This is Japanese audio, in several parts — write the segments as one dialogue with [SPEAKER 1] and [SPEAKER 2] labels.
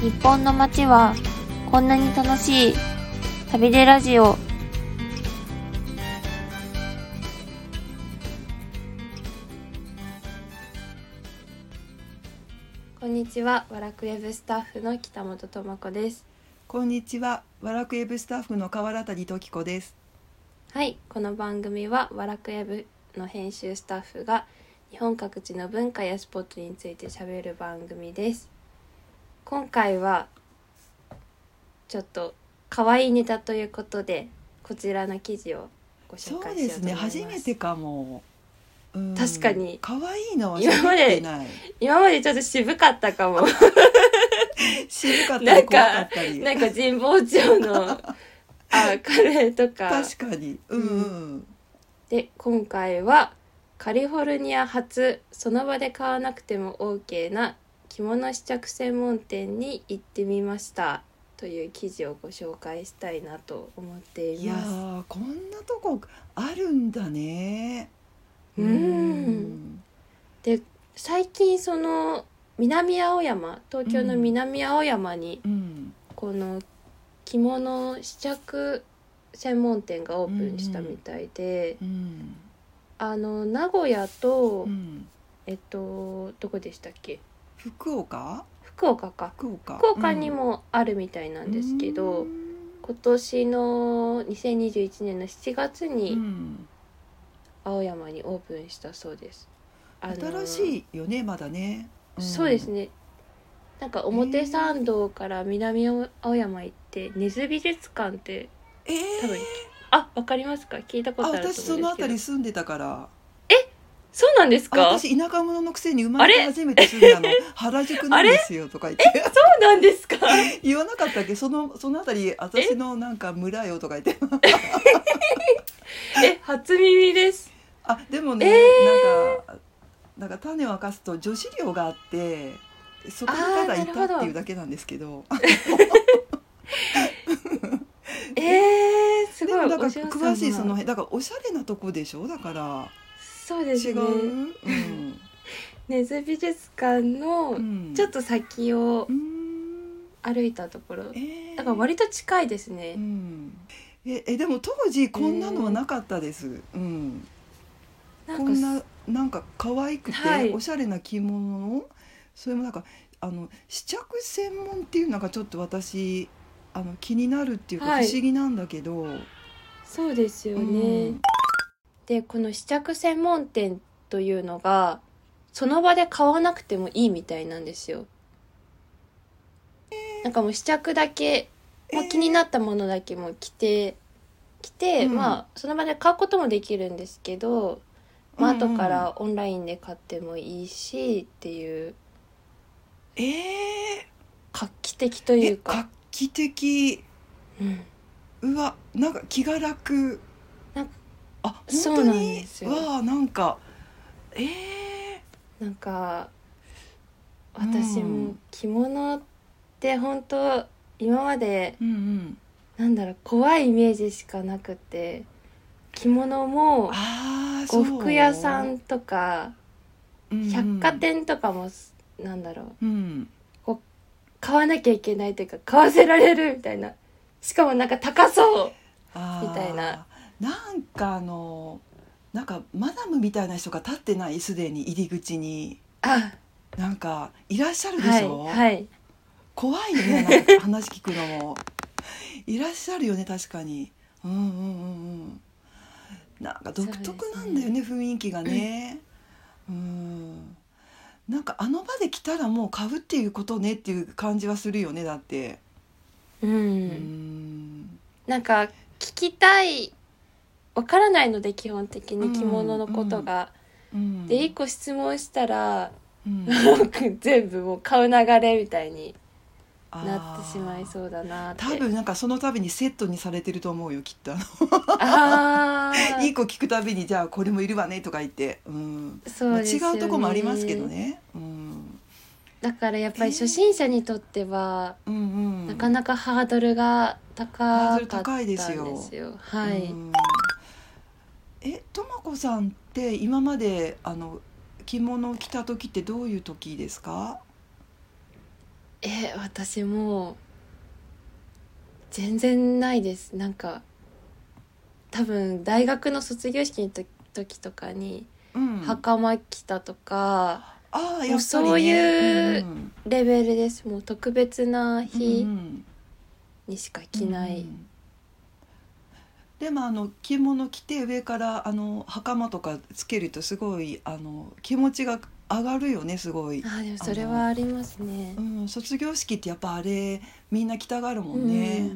[SPEAKER 1] 日本の街はこんなに楽しい旅でラジオ
[SPEAKER 2] こんにちは、ワラクウェブスタッフの北本智子です。
[SPEAKER 3] こんにちは、ワラクエブスタッフの川原谷時子です。
[SPEAKER 2] はい、この番組はワラクウェブの編集スタッフが日本各地の文化やスポットについて喋る番組です。今回はちょっと可愛いネタということでこちらの記事をご紹
[SPEAKER 3] そう
[SPEAKER 2] 介し
[SPEAKER 3] で
[SPEAKER 2] よう
[SPEAKER 3] す
[SPEAKER 2] と思い
[SPEAKER 3] ね、
[SPEAKER 2] ます。
[SPEAKER 3] 初めてかも。うん
[SPEAKER 2] 確かに
[SPEAKER 3] 可愛いのは
[SPEAKER 2] 今まで
[SPEAKER 3] 喋ってない。
[SPEAKER 2] 今までちょっと渋かったか も。
[SPEAKER 3] 渋かっ
[SPEAKER 2] な
[SPEAKER 3] た
[SPEAKER 2] ん
[SPEAKER 3] り怖か
[SPEAKER 2] か
[SPEAKER 3] ったり。
[SPEAKER 2] なんか神保町のあカレーとか。
[SPEAKER 3] 確かに。うんうん。
[SPEAKER 2] で今回はカリフォルニア発その場で買わなくても OK な着物試着専門店に行ってみましたという記事をご紹介したいなと思って
[SPEAKER 3] い
[SPEAKER 2] い
[SPEAKER 3] や
[SPEAKER 2] ます。
[SPEAKER 3] ー、こんなとこあるんだね。
[SPEAKER 2] うん最近その南青山東京の南青山に
[SPEAKER 3] うん。うん。
[SPEAKER 2] この着物試着専門店がオープンしたみたいで、
[SPEAKER 3] うん。
[SPEAKER 2] あの名古屋と、
[SPEAKER 3] うん。
[SPEAKER 2] えっとどこでしたっけ
[SPEAKER 3] 福岡。
[SPEAKER 2] 福岡か
[SPEAKER 3] 福岡。
[SPEAKER 2] 福岡にもあるみたいなんですけど、
[SPEAKER 3] うん
[SPEAKER 2] 今年の2021年の7月
[SPEAKER 3] う
[SPEAKER 2] に
[SPEAKER 3] ん。
[SPEAKER 2] 青山にオープンしたそうです。あの
[SPEAKER 3] 新
[SPEAKER 2] い、
[SPEAKER 3] しいよね、まだね。ん
[SPEAKER 2] そうです。ねなんか表参道から南青山行って根津美術館って
[SPEAKER 3] ええ。
[SPEAKER 2] 多分あわかりますか聞いたこ
[SPEAKER 3] あ、
[SPEAKER 2] とあると思うんで
[SPEAKER 3] 私
[SPEAKER 2] すけ
[SPEAKER 3] そ
[SPEAKER 2] ど
[SPEAKER 3] のあたり住んでたから。
[SPEAKER 2] そうなんです
[SPEAKER 3] あ
[SPEAKER 2] かそう
[SPEAKER 3] 私田舎者のくせに生まれ
[SPEAKER 2] あ
[SPEAKER 3] て
[SPEAKER 2] れ
[SPEAKER 3] 初めて住ん だの原宿なんですよとか言って
[SPEAKER 2] なんです か
[SPEAKER 3] 言わなかったっけそのそのあたり私のなんか村よとか言って
[SPEAKER 2] え初耳です
[SPEAKER 3] あでもね、なんかなんか種を明かすと女子寮があってそこにただい
[SPEAKER 2] あーな
[SPEAKER 3] た
[SPEAKER 2] るほど
[SPEAKER 3] っていうだけなんですけど
[SPEAKER 2] えー、す
[SPEAKER 3] で
[SPEAKER 2] ごい
[SPEAKER 3] もなんか
[SPEAKER 2] お嬢様
[SPEAKER 3] 詳しいその辺だからおしゃれなとこでしょだから
[SPEAKER 2] そうで
[SPEAKER 3] 違
[SPEAKER 2] すね
[SPEAKER 3] う、
[SPEAKER 2] 根津美術館の
[SPEAKER 3] うん、
[SPEAKER 2] ちょっと先を
[SPEAKER 3] うん
[SPEAKER 2] 歩いたところ
[SPEAKER 3] えー
[SPEAKER 2] だから割と近いですね、
[SPEAKER 3] うんええでも当時こんなのはなかったです、うんこん
[SPEAKER 2] なん
[SPEAKER 3] な
[SPEAKER 2] か
[SPEAKER 3] なんか可愛くて、
[SPEAKER 2] はい
[SPEAKER 3] おしゃれな着物のそれもなんかあの試着専門っていうのがちょっと私あの気になるっていうか
[SPEAKER 2] はい
[SPEAKER 3] 不思議なんだけど、
[SPEAKER 2] そうですよ
[SPEAKER 3] う
[SPEAKER 2] ね、
[SPEAKER 3] ん
[SPEAKER 2] でこの試着専門店というのがその場で買わなくてもいいみたいなんですよなんかもう試着だけ、まあ、気になったものだけも着て着て、
[SPEAKER 3] うん
[SPEAKER 2] まあその場で買うこともできるんですけど、まあ
[SPEAKER 3] うんうん
[SPEAKER 2] 後からオンラインで買ってもいいしっていう
[SPEAKER 3] えー
[SPEAKER 2] 画期的とい
[SPEAKER 3] え
[SPEAKER 2] うか、
[SPEAKER 3] 画期的
[SPEAKER 2] うん、
[SPEAKER 3] うわなんか気が楽
[SPEAKER 2] なん
[SPEAKER 3] あ本
[SPEAKER 2] そ
[SPEAKER 3] 当
[SPEAKER 2] うなんで
[SPEAKER 3] に
[SPEAKER 2] すよ
[SPEAKER 3] わあなんかえー
[SPEAKER 2] なんか
[SPEAKER 3] うん
[SPEAKER 2] 私も着物って本当今まで
[SPEAKER 3] うんうん
[SPEAKER 2] なんだろう怖いイメージしかなくて着物も
[SPEAKER 3] あー
[SPEAKER 2] 呉服屋さ
[SPEAKER 3] そ
[SPEAKER 2] んとか
[SPEAKER 3] ううんうん
[SPEAKER 2] 百貨店とかもなんだろう
[SPEAKER 3] うん
[SPEAKER 2] 買わなきゃいけないというか買わせられるみたいなしかもなんか高そう
[SPEAKER 3] あー
[SPEAKER 2] みたいな
[SPEAKER 3] なんかあのなんかマダムみたいな人が立ってないすでに入り口に
[SPEAKER 2] あ
[SPEAKER 3] なんかいらっしゃるで
[SPEAKER 2] は
[SPEAKER 3] し
[SPEAKER 2] い
[SPEAKER 3] ょ、
[SPEAKER 2] はい
[SPEAKER 3] 怖いよねなんか話聞くのもいらっしゃるよね確かにうんうんうんうんなんか独特なんだよね雰囲気がねうんなんかあの場で来たらもう買うっていうことねっていう感じはするよねだって
[SPEAKER 2] うん、
[SPEAKER 3] うん
[SPEAKER 2] なんか聞きたいわからないので基本的に着物のことが。
[SPEAKER 3] うん
[SPEAKER 2] で一個質問したら
[SPEAKER 3] うん
[SPEAKER 2] なんか 全部もう買う流れみたいに
[SPEAKER 3] あー
[SPEAKER 2] なってしまいそうだなって
[SPEAKER 3] 多分なんかその度にセットにされてると思うよきっ とあの
[SPEAKER 2] ああ
[SPEAKER 3] 一個聞くたびにじゃあこれもいるわねとか言って、うん
[SPEAKER 2] そうですよね、
[SPEAKER 3] まあ違うとこもありますけどね、うん、
[SPEAKER 2] だからやっぱり
[SPEAKER 3] えー
[SPEAKER 2] 初心者にとっては、
[SPEAKER 3] うんうん
[SPEAKER 2] なかなかハードルが
[SPEAKER 3] ハ
[SPEAKER 2] 高
[SPEAKER 3] ード
[SPEAKER 2] かっ
[SPEAKER 3] ル
[SPEAKER 2] た
[SPEAKER 3] 高
[SPEAKER 2] ん
[SPEAKER 3] い
[SPEAKER 2] で
[SPEAKER 3] です
[SPEAKER 2] す
[SPEAKER 3] よ
[SPEAKER 2] よはい、
[SPEAKER 3] うんえともこさんって今まであの着物を着た時ってどういう時ですか
[SPEAKER 2] ええ私もう全然ないですなんか多分大学の卒業式の時時とかに
[SPEAKER 3] うん、
[SPEAKER 2] 袴着たとかもう
[SPEAKER 3] ああやっぱり、ね、
[SPEAKER 2] そういう
[SPEAKER 3] うん
[SPEAKER 2] レベルですもう特別な
[SPEAKER 3] う
[SPEAKER 2] 日
[SPEAKER 3] んうん
[SPEAKER 2] にしか着ない、
[SPEAKER 3] うんでもあの着物着て上からあの袴とかつけるとすごいあの気持ちが上がるよねすごい、
[SPEAKER 2] あーでもそれはありますね
[SPEAKER 3] う。ん、卒業式ってやっぱあれみんな着たがるもんね、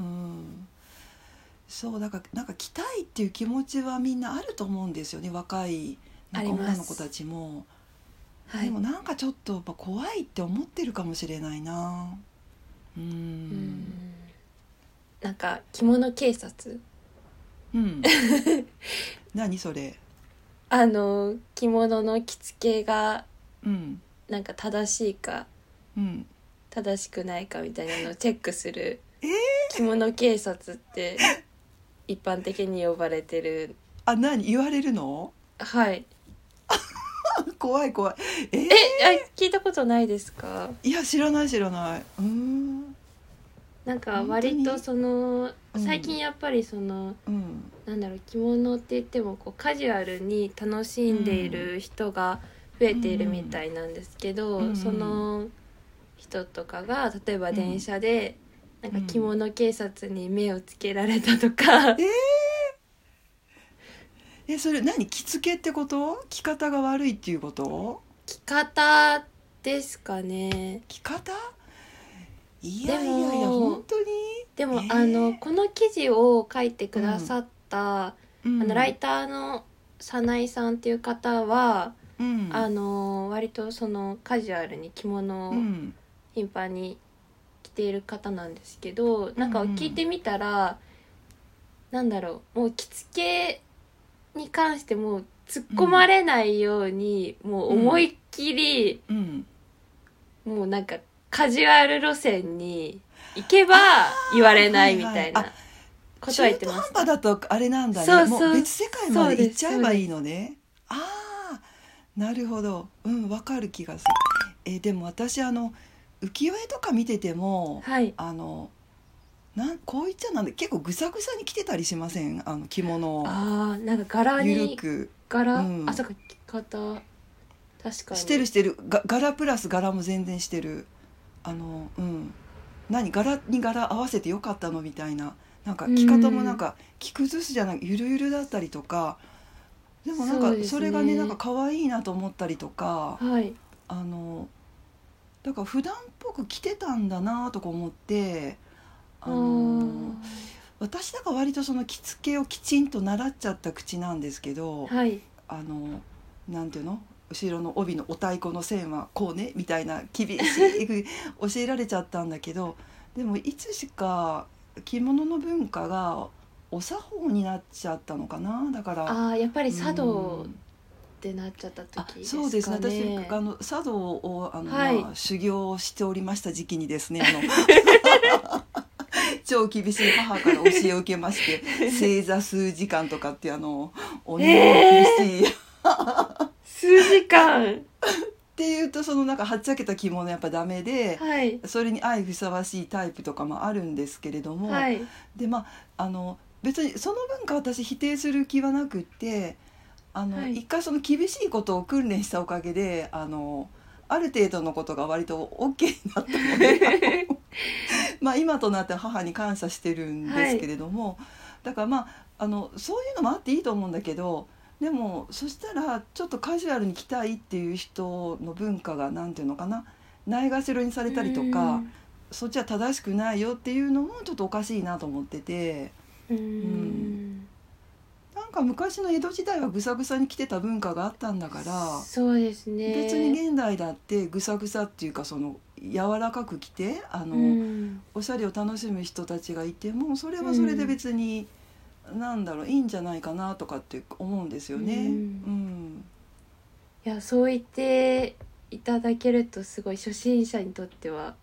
[SPEAKER 3] うんそうだからなんか着たいっていう気持ちはみんなあると思うんですよね若いなんか
[SPEAKER 2] あります
[SPEAKER 3] 女の子たちも、
[SPEAKER 2] うんはい
[SPEAKER 3] でもなんかちょっとやっぱ怖いって思ってるかもしれないなうん、
[SPEAKER 2] なんか着物警察
[SPEAKER 3] うん、 何それ
[SPEAKER 2] あの着物の着付けが
[SPEAKER 3] うん
[SPEAKER 2] なんか正しいか
[SPEAKER 3] うん、
[SPEAKER 2] 正しくないかみたいなのをチェックする
[SPEAKER 3] えー
[SPEAKER 2] 着物警察って一般的に呼ばれてる
[SPEAKER 3] あ何言われるの
[SPEAKER 2] はい
[SPEAKER 3] 怖い怖いえー
[SPEAKER 2] えあ聞いたことないですか
[SPEAKER 3] いや知らない知らないうーん
[SPEAKER 2] なんか割
[SPEAKER 3] 本当
[SPEAKER 2] と
[SPEAKER 3] に
[SPEAKER 2] その
[SPEAKER 3] うん
[SPEAKER 2] 最近やっぱりその、
[SPEAKER 3] うん
[SPEAKER 2] なんだろう着物って言ってもこうカジュアルに楽しんでいる人が増えているみたいなんですけど、
[SPEAKER 3] うんうん
[SPEAKER 2] その人とかが例えば電車で、
[SPEAKER 3] ん
[SPEAKER 2] なんか着物警察に目をつけられたと か、
[SPEAKER 3] えそれ何着付けってこと着方が悪いっていうこと
[SPEAKER 2] 着方ですかね
[SPEAKER 3] 着方いやいやいや
[SPEAKER 2] でも
[SPEAKER 3] 本当に、
[SPEAKER 2] でも、
[SPEAKER 3] えー
[SPEAKER 2] あのこの記事を書いてくださった、
[SPEAKER 3] うん
[SPEAKER 2] あのライターの早苗さんっていう方は、
[SPEAKER 3] うん
[SPEAKER 2] あの割とそのカジュアルに着物を
[SPEAKER 3] うん
[SPEAKER 2] 頻繁に着ている方なんですけどなんか聞いてみたら、なんだろうもう着付けに関してもう突っ込まれないように、もう思いっきり、
[SPEAKER 3] うん
[SPEAKER 2] もうなんかカジュアル路線に行けば言われないみたい
[SPEAKER 3] はい
[SPEAKER 2] な
[SPEAKER 3] はい
[SPEAKER 2] ことは言
[SPEAKER 3] 中
[SPEAKER 2] ってま
[SPEAKER 3] 途半
[SPEAKER 2] し
[SPEAKER 3] 端
[SPEAKER 2] た。
[SPEAKER 3] だとあれなんだね
[SPEAKER 2] そうそう
[SPEAKER 3] もう別世界まで行っちゃえばいいのねああなるほどうんわかる気がするえでも私あの浮世絵とか見てても、
[SPEAKER 2] はい、
[SPEAKER 3] あのなんこう言っちゃなんで結構ぐさぐさに着てたりしませんあの着物を
[SPEAKER 2] あーなんか柄
[SPEAKER 3] ゆる
[SPEAKER 2] に
[SPEAKER 3] く
[SPEAKER 2] 柄、
[SPEAKER 3] うん
[SPEAKER 2] あそうか着方確かに
[SPEAKER 3] してるしてるが柄プラス柄も全然してるあのうん何柄に柄合わせてよかったのみたいななんか着方もなんか着崩すじゃないゆるゆるだったりとかでもな
[SPEAKER 2] そうんで
[SPEAKER 3] か
[SPEAKER 2] すね
[SPEAKER 3] それがねなんか可愛いなと思ったりとか
[SPEAKER 2] はい
[SPEAKER 3] あのだから普段っぽく着てたんだなとか思ってあの私なんか割とその着付けをきちんと習っちゃった口なんですけど、
[SPEAKER 2] あーはい
[SPEAKER 3] あのなんていうの後ろの帯のお太鼓の線はこうねみたい な厳しく教えられちゃったんだけどでもいつしか着物の文化がお作法になっちゃったのかなだから。
[SPEAKER 2] ああやっぱり茶
[SPEAKER 3] う
[SPEAKER 2] 道
[SPEAKER 3] ん
[SPEAKER 2] ってなっちゃった時ですかね。
[SPEAKER 3] そうですね私あの茶道をあの、
[SPEAKER 2] はい
[SPEAKER 3] まあ、修行をしておりました時期にですねあの 超厳しい母から教えを受けまし て正座数時間とかっていうあの鬼の厳しい、っ
[SPEAKER 2] 数時 間
[SPEAKER 3] ていうとそのなんかはっちゃけた着物やっぱダメで。
[SPEAKER 2] はい
[SPEAKER 3] それに相ふさわしいタイプとかもあるんですけれども、
[SPEAKER 2] はい
[SPEAKER 3] でまああの別にその文化私否定する気はなくってあの、
[SPEAKER 2] はい
[SPEAKER 3] 一回その厳しいことを訓練したおかげであのある程度のことが割と OK になった ので まあ今となっては母に感謝してるんですけれども、だからまああのそういうのもあっていいと思うんだけどでもそしたらちょっとカジュアルに着たいっていう人の文化がなんていうのかなないがしろにされたりとか。そっちは正しくないよっていうのもちょっとおかしいなと思ってて
[SPEAKER 2] うん
[SPEAKER 3] んなんか昔の江戸時代はぐさぐさに来てた文化があったんだから、
[SPEAKER 2] そうですね
[SPEAKER 3] 別に現代だってぐさぐさっていうかその柔らかく着てあの、
[SPEAKER 2] うん
[SPEAKER 3] おしゃれを楽しむ人たちがいてもそれはそれで別に、なんだろういいんじゃないかなとかって思うんですよね。う
[SPEAKER 2] うん
[SPEAKER 3] ん
[SPEAKER 2] いやそう言っていただけるとすごい初心者にとっては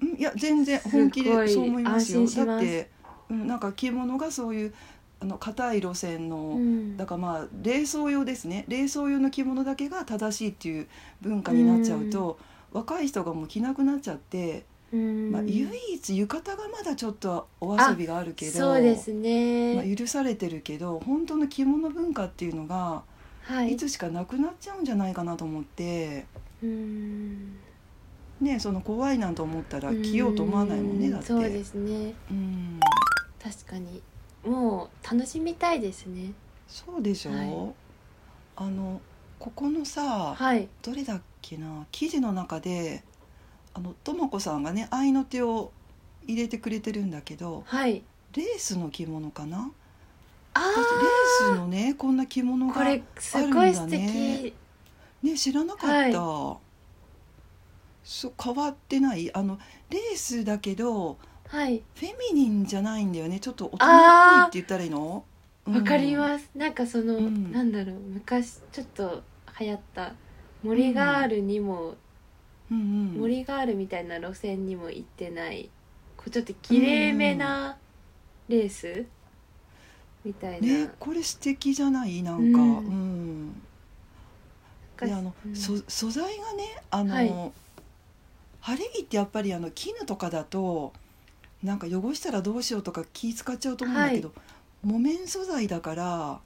[SPEAKER 3] うんいや全然本気
[SPEAKER 2] すごい
[SPEAKER 3] でそう思いますよ
[SPEAKER 2] 安心します
[SPEAKER 3] だって、うん、なんか着物がそういうあの硬い路線の、
[SPEAKER 2] うん
[SPEAKER 3] だからまあ冷蔵用ですね冷蔵用の着物だけが正しいっていう文化になっちゃうと、若い人がもう着なくなっちゃって
[SPEAKER 2] うん
[SPEAKER 3] まあ、唯一浴衣がまだちょっとお遊びがあるけど
[SPEAKER 2] そうですね、
[SPEAKER 3] まあ、許されてるけど本当の着物文化っていうのが
[SPEAKER 2] はいい
[SPEAKER 3] つしかなくなっちゃうんじゃないかなと思って、
[SPEAKER 2] うん
[SPEAKER 3] ね、その怖いなんて思ったら着ようと思わないもんね
[SPEAKER 2] う
[SPEAKER 3] だって。
[SPEAKER 2] そうですね
[SPEAKER 3] うん
[SPEAKER 2] 確かにもう楽しみたいですね
[SPEAKER 3] そうでしょ、
[SPEAKER 2] はい
[SPEAKER 3] あのここのさ
[SPEAKER 2] はい
[SPEAKER 3] どれだっけな記事の中であのともこさんがね愛の手を入れてくれてるんだけど
[SPEAKER 2] はい
[SPEAKER 3] レースの着物かな
[SPEAKER 2] あ
[SPEAKER 3] 私レースのねこんな着物
[SPEAKER 2] あこ
[SPEAKER 3] が、
[SPEAKER 2] れすごい
[SPEAKER 3] ある
[SPEAKER 2] 素
[SPEAKER 3] んだ
[SPEAKER 2] 敵、
[SPEAKER 3] ねね、知らなかった、そう変わってないあのレースだけど
[SPEAKER 2] はい
[SPEAKER 3] フェミニンじゃないんだよねちょっと大人っぽいって言ったらいいの
[SPEAKER 2] わかり
[SPEAKER 3] す、
[SPEAKER 2] ます、なんかその、
[SPEAKER 3] うん
[SPEAKER 2] なんだろう昔ちょっと流行った森ガールにも、
[SPEAKER 3] うんうん、
[SPEAKER 2] 森ガールみたいな路線にも行ってないこうちょっときれいめなレース、みたいな,、
[SPEAKER 3] ねこれ素敵じゃないなんかう、
[SPEAKER 2] うんん
[SPEAKER 3] であの、
[SPEAKER 2] うん
[SPEAKER 3] そ素材がねあの、
[SPEAKER 2] はい
[SPEAKER 3] 晴れ着ってやっぱりあの絹とかだとなんか汚したらどうしようとか気使っちゃうと思うんだけど、木綿素材だから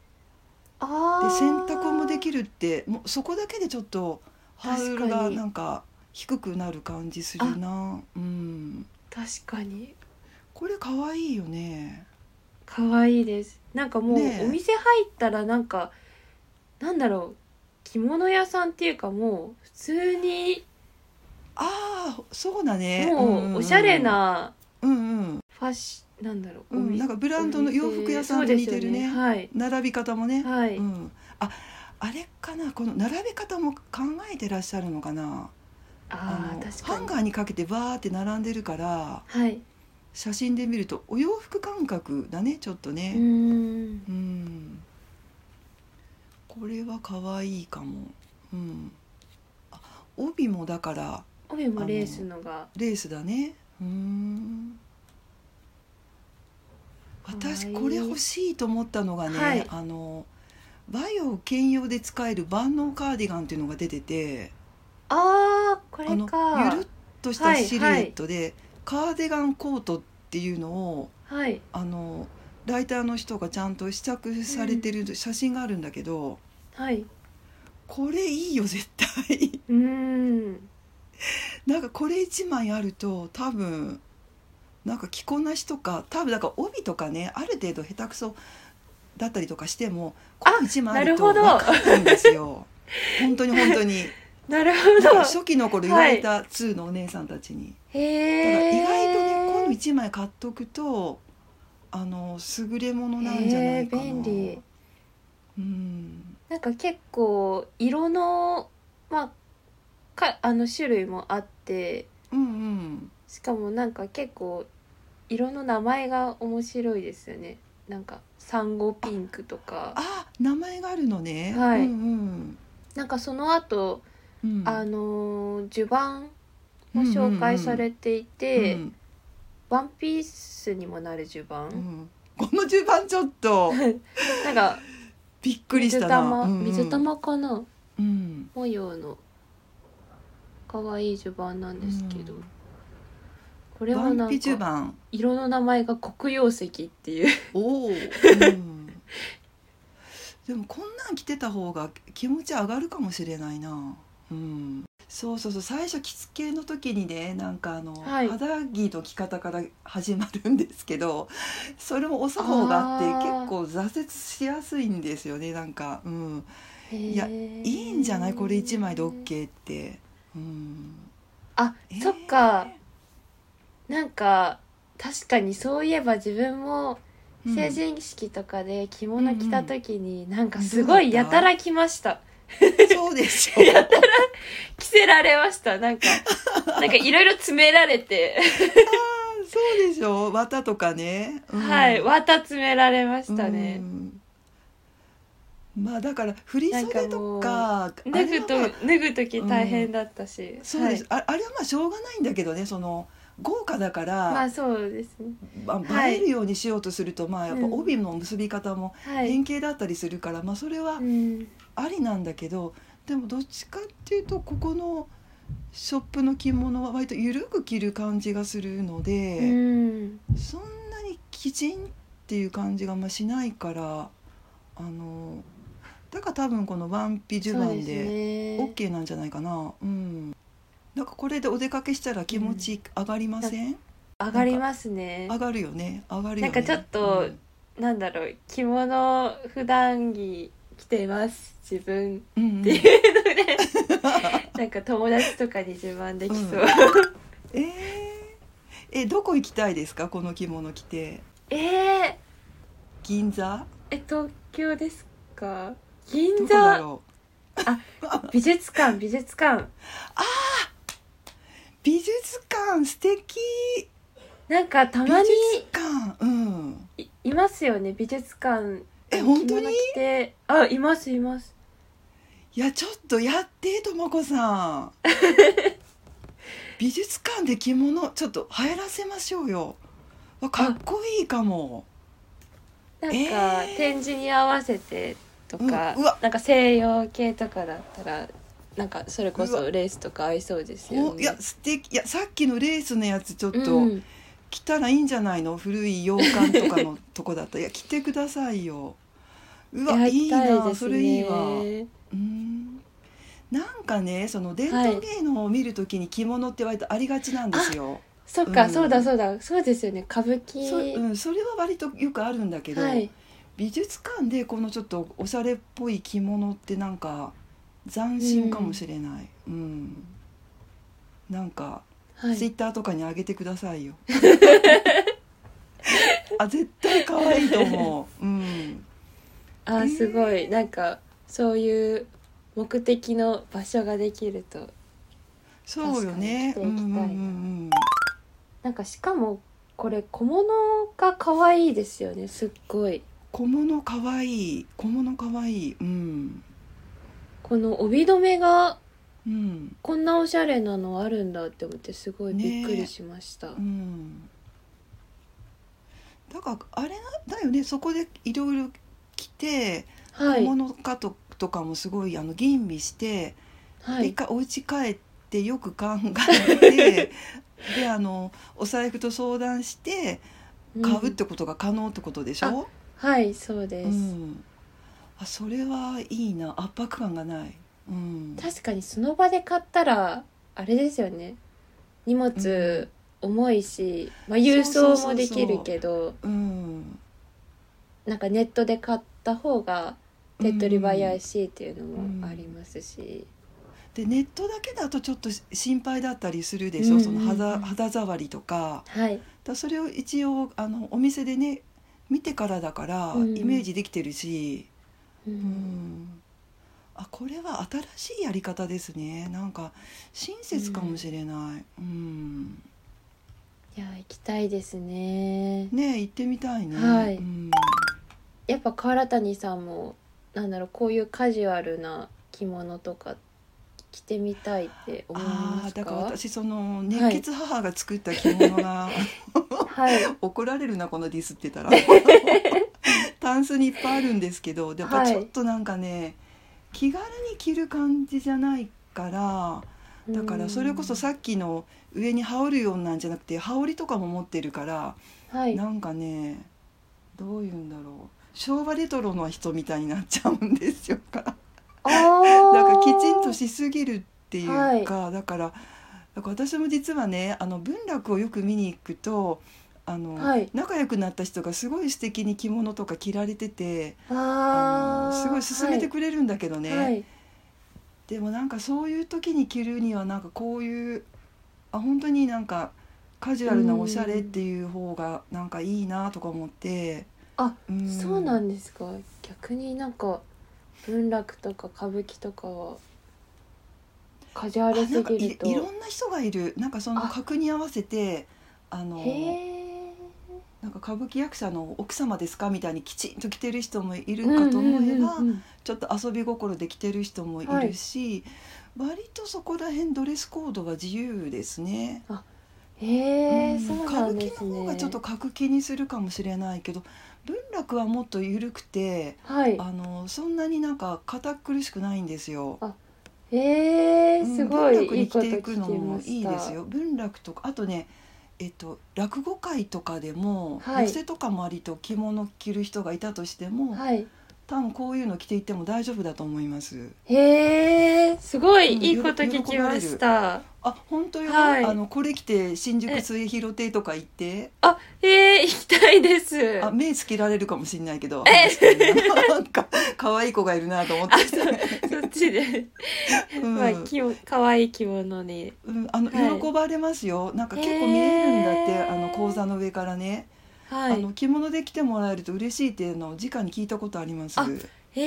[SPEAKER 2] あ
[SPEAKER 3] で洗濯もで
[SPEAKER 2] る
[SPEAKER 3] きるってもうそこだけでちょっとハードル
[SPEAKER 2] 確
[SPEAKER 3] が
[SPEAKER 2] かに
[SPEAKER 3] なんか低くなる感じするなうん
[SPEAKER 2] 確かに
[SPEAKER 3] これ可愛いよね
[SPEAKER 2] 可愛いですなんかもう
[SPEAKER 3] ねえ
[SPEAKER 2] お店入ったらなんか、なんだろう着物屋さんっていうかもう普通に
[SPEAKER 3] ああそうだね
[SPEAKER 2] もうおしゃれな
[SPEAKER 3] うんうん
[SPEAKER 2] ファッシなんだろう、
[SPEAKER 3] うん
[SPEAKER 2] お店
[SPEAKER 3] なんかブランドの洋服屋さんと似て
[SPEAKER 2] そう
[SPEAKER 3] るね
[SPEAKER 2] ですよはい
[SPEAKER 3] 並び方もね、
[SPEAKER 2] はい、
[SPEAKER 3] うん、ああれかなこの並べ方も考えてらっしゃるのかな
[SPEAKER 2] ああ
[SPEAKER 3] の
[SPEAKER 2] 確か
[SPEAKER 3] ハン
[SPEAKER 2] に
[SPEAKER 3] ガーにかけてバーって並んでるから
[SPEAKER 2] はい
[SPEAKER 3] 写真で見るとお洋服感覚だねちょっと
[SPEAKER 2] う
[SPEAKER 3] ね
[SPEAKER 2] ん
[SPEAKER 3] うん、これは可愛いかもうんあ帯もだから
[SPEAKER 2] 帯もレースのが
[SPEAKER 3] レースだねうん
[SPEAKER 2] 可
[SPEAKER 3] 私
[SPEAKER 2] 愛い
[SPEAKER 3] これ欲しいと思ったのがね、
[SPEAKER 2] はい
[SPEAKER 3] あのバイオ兼用で使える万能カーディガンっていうのが出てて
[SPEAKER 2] ああこれ
[SPEAKER 3] あの
[SPEAKER 2] か
[SPEAKER 3] ゆるっとしたシルエットで、カーディガンコートっていうのを
[SPEAKER 2] はい
[SPEAKER 3] あのライターの人がちゃんと試着されてる写真があるんだけど、
[SPEAKER 2] はい
[SPEAKER 3] これいいよ絶対
[SPEAKER 2] うん
[SPEAKER 3] なんかこれ一枚あると多分なんか着こなしとか多分だから帯とかねある程度下手くそだったりとかしてもこの一枚あると
[SPEAKER 2] なるほど
[SPEAKER 3] 分かるんですよ本当に本 当に
[SPEAKER 2] なる
[SPEAKER 3] なんか
[SPEAKER 2] ほど
[SPEAKER 3] 初期の頃言われた2のお姉さんたちに、
[SPEAKER 2] へ
[SPEAKER 3] だから
[SPEAKER 2] え
[SPEAKER 3] 意外とねこの一枚買っとくとあの優れものなんじゃないかな、
[SPEAKER 2] へー便利
[SPEAKER 3] うん
[SPEAKER 2] なんか結構色のまあかあの種類もあって
[SPEAKER 3] うんうん
[SPEAKER 2] しかもなんか結構色の名前が面白いですよねなんかサンゴピンクとか
[SPEAKER 3] あ名前があるのね、
[SPEAKER 2] はい
[SPEAKER 3] うんうん
[SPEAKER 2] なんかその後、
[SPEAKER 3] うん
[SPEAKER 2] あのー襦袢も紹介されていて、
[SPEAKER 3] うん
[SPEAKER 2] ワンピースにもなる襦袢、
[SPEAKER 3] うんこの10番ちょっと
[SPEAKER 2] なんか
[SPEAKER 3] びっくりし
[SPEAKER 2] 水
[SPEAKER 3] た
[SPEAKER 2] 玉、
[SPEAKER 3] なうんうん
[SPEAKER 2] 水玉かな
[SPEAKER 3] うん
[SPEAKER 2] 模様の可愛い襦袢なんですけど、
[SPEAKER 3] うん
[SPEAKER 2] これ
[SPEAKER 3] ワ
[SPEAKER 2] はな
[SPEAKER 3] ンピ
[SPEAKER 2] ん
[SPEAKER 3] 10
[SPEAKER 2] か
[SPEAKER 3] 番
[SPEAKER 2] 色の名前が黒曜石っていう
[SPEAKER 3] おお、うん、でもこんなん着てた方が気持ち上がるかもしれないなうんそうそうそう最初着付けの時にねなんかあの、
[SPEAKER 2] はい
[SPEAKER 3] 肌着の着方から始まるんですけどそれもお作法があって
[SPEAKER 2] あー
[SPEAKER 3] 結構挫折しやすいんですよねなんかうん
[SPEAKER 2] い
[SPEAKER 3] や いいんじゃないこれ1枚で OK ってうん
[SPEAKER 2] あ、
[SPEAKER 3] えー
[SPEAKER 2] そっかなんか確かにそういえば自分も
[SPEAKER 3] うん
[SPEAKER 2] 成人式とかで着物着た時に、なんかすごいやたら着ました
[SPEAKER 3] そうでしょ
[SPEAKER 2] 着せられましたなん かなんかいろいろ詰められて、
[SPEAKER 3] そうでしょ綿とかね、うん
[SPEAKER 2] はい綿詰められましたね、
[SPEAKER 3] うんまあだから振り袖とかあ
[SPEAKER 2] 脱
[SPEAKER 3] れ
[SPEAKER 2] ぐ
[SPEAKER 3] は
[SPEAKER 2] と
[SPEAKER 3] まあ
[SPEAKER 2] 脱ぐ時大変だったし、
[SPEAKER 3] そうです
[SPEAKER 2] は、
[SPEAKER 3] ああれはまあしょうがないんだけどねその豪華だか
[SPEAKER 2] い、ま
[SPEAKER 3] ら
[SPEAKER 2] あ、そうですね
[SPEAKER 3] まあ、
[SPEAKER 2] は
[SPEAKER 3] 映
[SPEAKER 2] い
[SPEAKER 3] えるようにしようとすると、まあやっぱ
[SPEAKER 2] うん
[SPEAKER 3] 帯の結び方も
[SPEAKER 2] はい、
[SPEAKER 3] 変形だったりするから、まあそれは
[SPEAKER 2] うん、
[SPEAKER 3] ありなんだけどでもどっちかっていうとここのショップの着物は割と緩く着る感じがするので、
[SPEAKER 2] うん
[SPEAKER 3] そんなにきちんっていう感じがあんましないからあのだから多分このワンピ
[SPEAKER 2] そ
[SPEAKER 3] 襦
[SPEAKER 2] うで
[SPEAKER 3] 袢
[SPEAKER 2] す
[SPEAKER 3] で
[SPEAKER 2] ね
[SPEAKER 3] OK なんじゃないかなうんなんかこれでお出かけしたら気持ち上がりません、
[SPEAKER 2] 上がりますね
[SPEAKER 3] 上がるよね上がるよね
[SPEAKER 2] なんかちょっと
[SPEAKER 3] うん
[SPEAKER 2] なんだろう着物普段着着てます自分
[SPEAKER 3] うんうん
[SPEAKER 2] て
[SPEAKER 3] え
[SPEAKER 2] なんか友達とかに自慢できそう、
[SPEAKER 3] うんーえどこ行きたいですかこの着物着て
[SPEAKER 2] え
[SPEAKER 3] 銀座
[SPEAKER 2] ー、え東京ですか銀
[SPEAKER 3] どこだ
[SPEAKER 2] 座
[SPEAKER 3] ろう
[SPEAKER 2] 美術館美術館
[SPEAKER 3] 美術館素敵
[SPEAKER 2] なんかた
[SPEAKER 3] 美
[SPEAKER 2] ま
[SPEAKER 3] 術
[SPEAKER 2] に
[SPEAKER 3] 館うん
[SPEAKER 2] いいますよね美術館
[SPEAKER 3] え本当に
[SPEAKER 2] 着物着てあいますいます
[SPEAKER 3] いやちょっとやってともこさ ん美術館で着物ちょっと流行らせましょうよわかっこいいかも
[SPEAKER 2] なんか、
[SPEAKER 3] えー
[SPEAKER 2] 展示に合わせてとか、
[SPEAKER 3] うんうわ
[SPEAKER 2] なんか西洋系とかだったらなんかそれこ
[SPEAKER 3] う
[SPEAKER 2] そレースとか合いそうですよ
[SPEAKER 3] お
[SPEAKER 2] ね
[SPEAKER 3] いや素敵いやさっきのレースのやつちょっ
[SPEAKER 2] う
[SPEAKER 3] と
[SPEAKER 2] ん、
[SPEAKER 3] 着たらいいんじゃないの、古い洋館とかのとこだったらいや着てくださいようわ
[SPEAKER 2] や
[SPEAKER 3] い
[SPEAKER 2] り
[SPEAKER 3] い
[SPEAKER 2] たい
[SPEAKER 3] な
[SPEAKER 2] です
[SPEAKER 3] そ
[SPEAKER 2] ね
[SPEAKER 3] れいいわうんなんかねその伝統芸能を見るときに着物って割とありがちなんですよ、
[SPEAKER 2] そっか、
[SPEAKER 3] うん
[SPEAKER 2] そうだそうだそうですよね歌舞伎
[SPEAKER 3] そうん、それは割とよくあるんだけど、
[SPEAKER 2] はい
[SPEAKER 3] 美術館でこのちょっとおしゃれっぽい着物ってなんか斬新かもしれない、うんなんか、
[SPEAKER 2] は
[SPEAKER 3] ツイ
[SPEAKER 2] い
[SPEAKER 3] ッターとかに上げてくださいよ あ絶対可愛いと思う、うん、
[SPEAKER 2] あーすごいなんかそういう目的の場所ができると
[SPEAKER 3] そうよね
[SPEAKER 2] 確かに着ていきたいな
[SPEAKER 3] うんうんうんうん
[SPEAKER 2] なんかしかもこれ小物が可愛いですよねすっごい
[SPEAKER 3] 小物可愛い小物可愛いうん
[SPEAKER 2] この帯留めが
[SPEAKER 3] うん
[SPEAKER 2] こんなおしゃれなのあるんだって思ってすごいびっくりしました、
[SPEAKER 3] うんだからあれだよねそこでいろいろ着て
[SPEAKER 2] は
[SPEAKER 3] 小
[SPEAKER 2] い
[SPEAKER 3] 物かととかもすごいあの吟味して、
[SPEAKER 2] は
[SPEAKER 3] で一
[SPEAKER 2] い
[SPEAKER 3] 回お家帰ってよく考え てであのお財布と相談して買うっ
[SPEAKER 2] うん
[SPEAKER 3] てことが可能ってことでしょ、
[SPEAKER 2] はいそうで
[SPEAKER 3] う
[SPEAKER 2] す、
[SPEAKER 3] んあそれはいいな圧迫感がない、うん、
[SPEAKER 2] 確かにその場で買ったらあれですよね荷物重いし、まあ、郵送もできるけど
[SPEAKER 3] うん
[SPEAKER 2] なんかネットで買った方が手っ取り早いしっていうのもありますし、
[SPEAKER 3] でネットだけだとちょっと心配だったりするでしょ、
[SPEAKER 2] うん
[SPEAKER 3] その肌肌触りとか
[SPEAKER 2] はい
[SPEAKER 3] だからそれを一応あのお店でね見てからだから
[SPEAKER 2] うん
[SPEAKER 3] イメージできてるし、
[SPEAKER 2] う
[SPEAKER 3] うん
[SPEAKER 2] ん
[SPEAKER 3] あこれは新しいやり方ですねなんか親切かもしれない、うん
[SPEAKER 2] いや行きたいですね
[SPEAKER 3] ねえ行ってみたいね、
[SPEAKER 2] はい
[SPEAKER 3] うん
[SPEAKER 2] やっぱ河原谷さんもなんだろうこういうカジュアルな着物とか着てみたいって思い
[SPEAKER 3] あ
[SPEAKER 2] ま
[SPEAKER 3] あ
[SPEAKER 2] す
[SPEAKER 3] だ
[SPEAKER 2] か
[SPEAKER 3] から私その熱血母が作った着物が、
[SPEAKER 2] はい
[SPEAKER 3] 怒られるなこのディスってた らタンスにいっぱいあるんですけどでやっぱ
[SPEAKER 2] はい
[SPEAKER 3] ちょっとなんかね、気軽に着る感じじゃないから だからそれこそさっきの上に羽織るようなんじゃなくて羽織とかも持ってるから、
[SPEAKER 2] うんはい
[SPEAKER 3] なんかねどういうんだろう昭和レトロの人みたいになっちゃうんですよから
[SPEAKER 2] あー
[SPEAKER 3] なんかきちんとしすぎるっていうか、だからだから私も実はねあの文楽をよく見に行くとあの、
[SPEAKER 2] はい
[SPEAKER 3] 仲良くなった人がすごい素敵に着物とか着られてて
[SPEAKER 2] あ
[SPEAKER 3] あの
[SPEAKER 2] ー
[SPEAKER 3] すごい勧めてくれるんだけどね、
[SPEAKER 2] はいはい
[SPEAKER 3] でもなんかそういう時に着るにはなんかこういうあ本当になんかカジュアルなおしゃれっていう方がなんかいいなとか思って。
[SPEAKER 2] あ
[SPEAKER 3] ん
[SPEAKER 2] そうなんですか逆になんか文楽とか歌舞伎とかはカジュアル
[SPEAKER 3] あな
[SPEAKER 2] す
[SPEAKER 3] んか
[SPEAKER 2] ぎる
[SPEAKER 3] い
[SPEAKER 2] と
[SPEAKER 3] いろんな人がいるなんかその
[SPEAKER 2] あ
[SPEAKER 3] 格に合わせてあの
[SPEAKER 2] へえ
[SPEAKER 3] なんか歌舞伎役者の奥様ですかみたいにきちんと着てる人もいるかと思えば、ちょっと遊び心で着てる人もいるし、割とそこら辺ドレスコードは自由ですね。
[SPEAKER 2] へ
[SPEAKER 3] う
[SPEAKER 2] え
[SPEAKER 3] ん
[SPEAKER 2] そう
[SPEAKER 3] 歌
[SPEAKER 2] な
[SPEAKER 3] 舞
[SPEAKER 2] んで
[SPEAKER 3] 伎
[SPEAKER 2] す
[SPEAKER 3] の方
[SPEAKER 2] ね
[SPEAKER 3] がちょっと格気にするかもしれないけど文楽はもっと緩くて
[SPEAKER 2] はい
[SPEAKER 3] あのそんなになんか堅苦しくないんですよ。
[SPEAKER 2] えー、
[SPEAKER 3] うん
[SPEAKER 2] すごい、
[SPEAKER 3] 文楽
[SPEAKER 2] い
[SPEAKER 3] に
[SPEAKER 2] いこと
[SPEAKER 3] 来て
[SPEAKER 2] 聞
[SPEAKER 3] いくの
[SPEAKER 2] き
[SPEAKER 3] も
[SPEAKER 2] ま
[SPEAKER 3] い
[SPEAKER 2] し
[SPEAKER 3] い
[SPEAKER 2] た
[SPEAKER 3] ですよ文楽とかあとねえっと落語会とかでも、
[SPEAKER 2] はい
[SPEAKER 3] 寄席とかもありと着物着る人がいたとしても、
[SPEAKER 2] はい
[SPEAKER 3] 多分こういうの着ていっても大丈夫だと思います
[SPEAKER 2] へえすごい、
[SPEAKER 3] うん
[SPEAKER 2] いいこと聞きました
[SPEAKER 3] あ本当よ、
[SPEAKER 2] はい
[SPEAKER 3] あのこれ着て新宿
[SPEAKER 2] え
[SPEAKER 3] 末広亭とか行って
[SPEAKER 2] あえー、行きたいです
[SPEAKER 3] あ目つけられるかもしれないけど話してるななんか可愛い子がいるなと思って
[SPEAKER 2] あ、そう、そっちで、
[SPEAKER 3] うん
[SPEAKER 2] まあ、きも、可愛い着物に。
[SPEAKER 3] うん、あの
[SPEAKER 2] はい
[SPEAKER 3] 喜ばれますよ、なんか結構見えるんだって、
[SPEAKER 2] へー
[SPEAKER 3] あの講座の上からね、
[SPEAKER 2] は
[SPEAKER 3] あ
[SPEAKER 2] い
[SPEAKER 3] の。着物で来てもらえると嬉しいっていうのを直に聞いたことあります、
[SPEAKER 2] あ
[SPEAKER 3] うん、
[SPEAKER 2] へ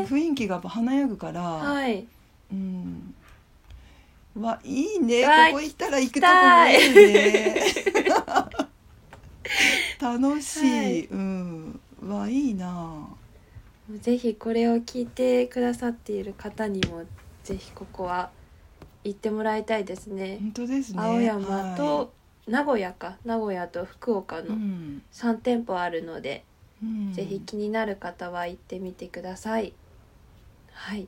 [SPEAKER 2] え、
[SPEAKER 3] 雰囲気がやっぱ華やぐから、
[SPEAKER 2] はい。
[SPEAKER 3] うんわいいね
[SPEAKER 2] うわ
[SPEAKER 3] ここ行ったら行くとこもいいね 楽しい、
[SPEAKER 2] はい
[SPEAKER 3] うんわいいな
[SPEAKER 2] ぜひこれを聞いてくださっている方にも、ぜひここは。行ってもらいたいですね。
[SPEAKER 3] 本当ですね
[SPEAKER 2] 青山
[SPEAKER 3] は
[SPEAKER 2] と名古屋か、名古屋と福岡
[SPEAKER 3] い、う
[SPEAKER 2] の
[SPEAKER 3] ん
[SPEAKER 2] 三店舗あるので、
[SPEAKER 3] うん、
[SPEAKER 2] ぜひ気になる方は行ってみてください。はい。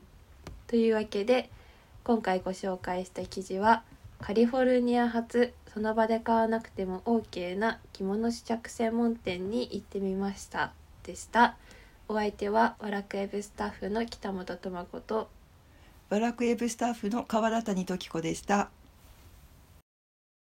[SPEAKER 2] というわけで、今回ご紹介した記事は、カリフォルニア発その場で買わなくても OK な着物試着専門店に行ってみましたでした。お相手はワラクエブスタッフの北本智子と
[SPEAKER 3] バラクエブスタッフの河原谷時子でした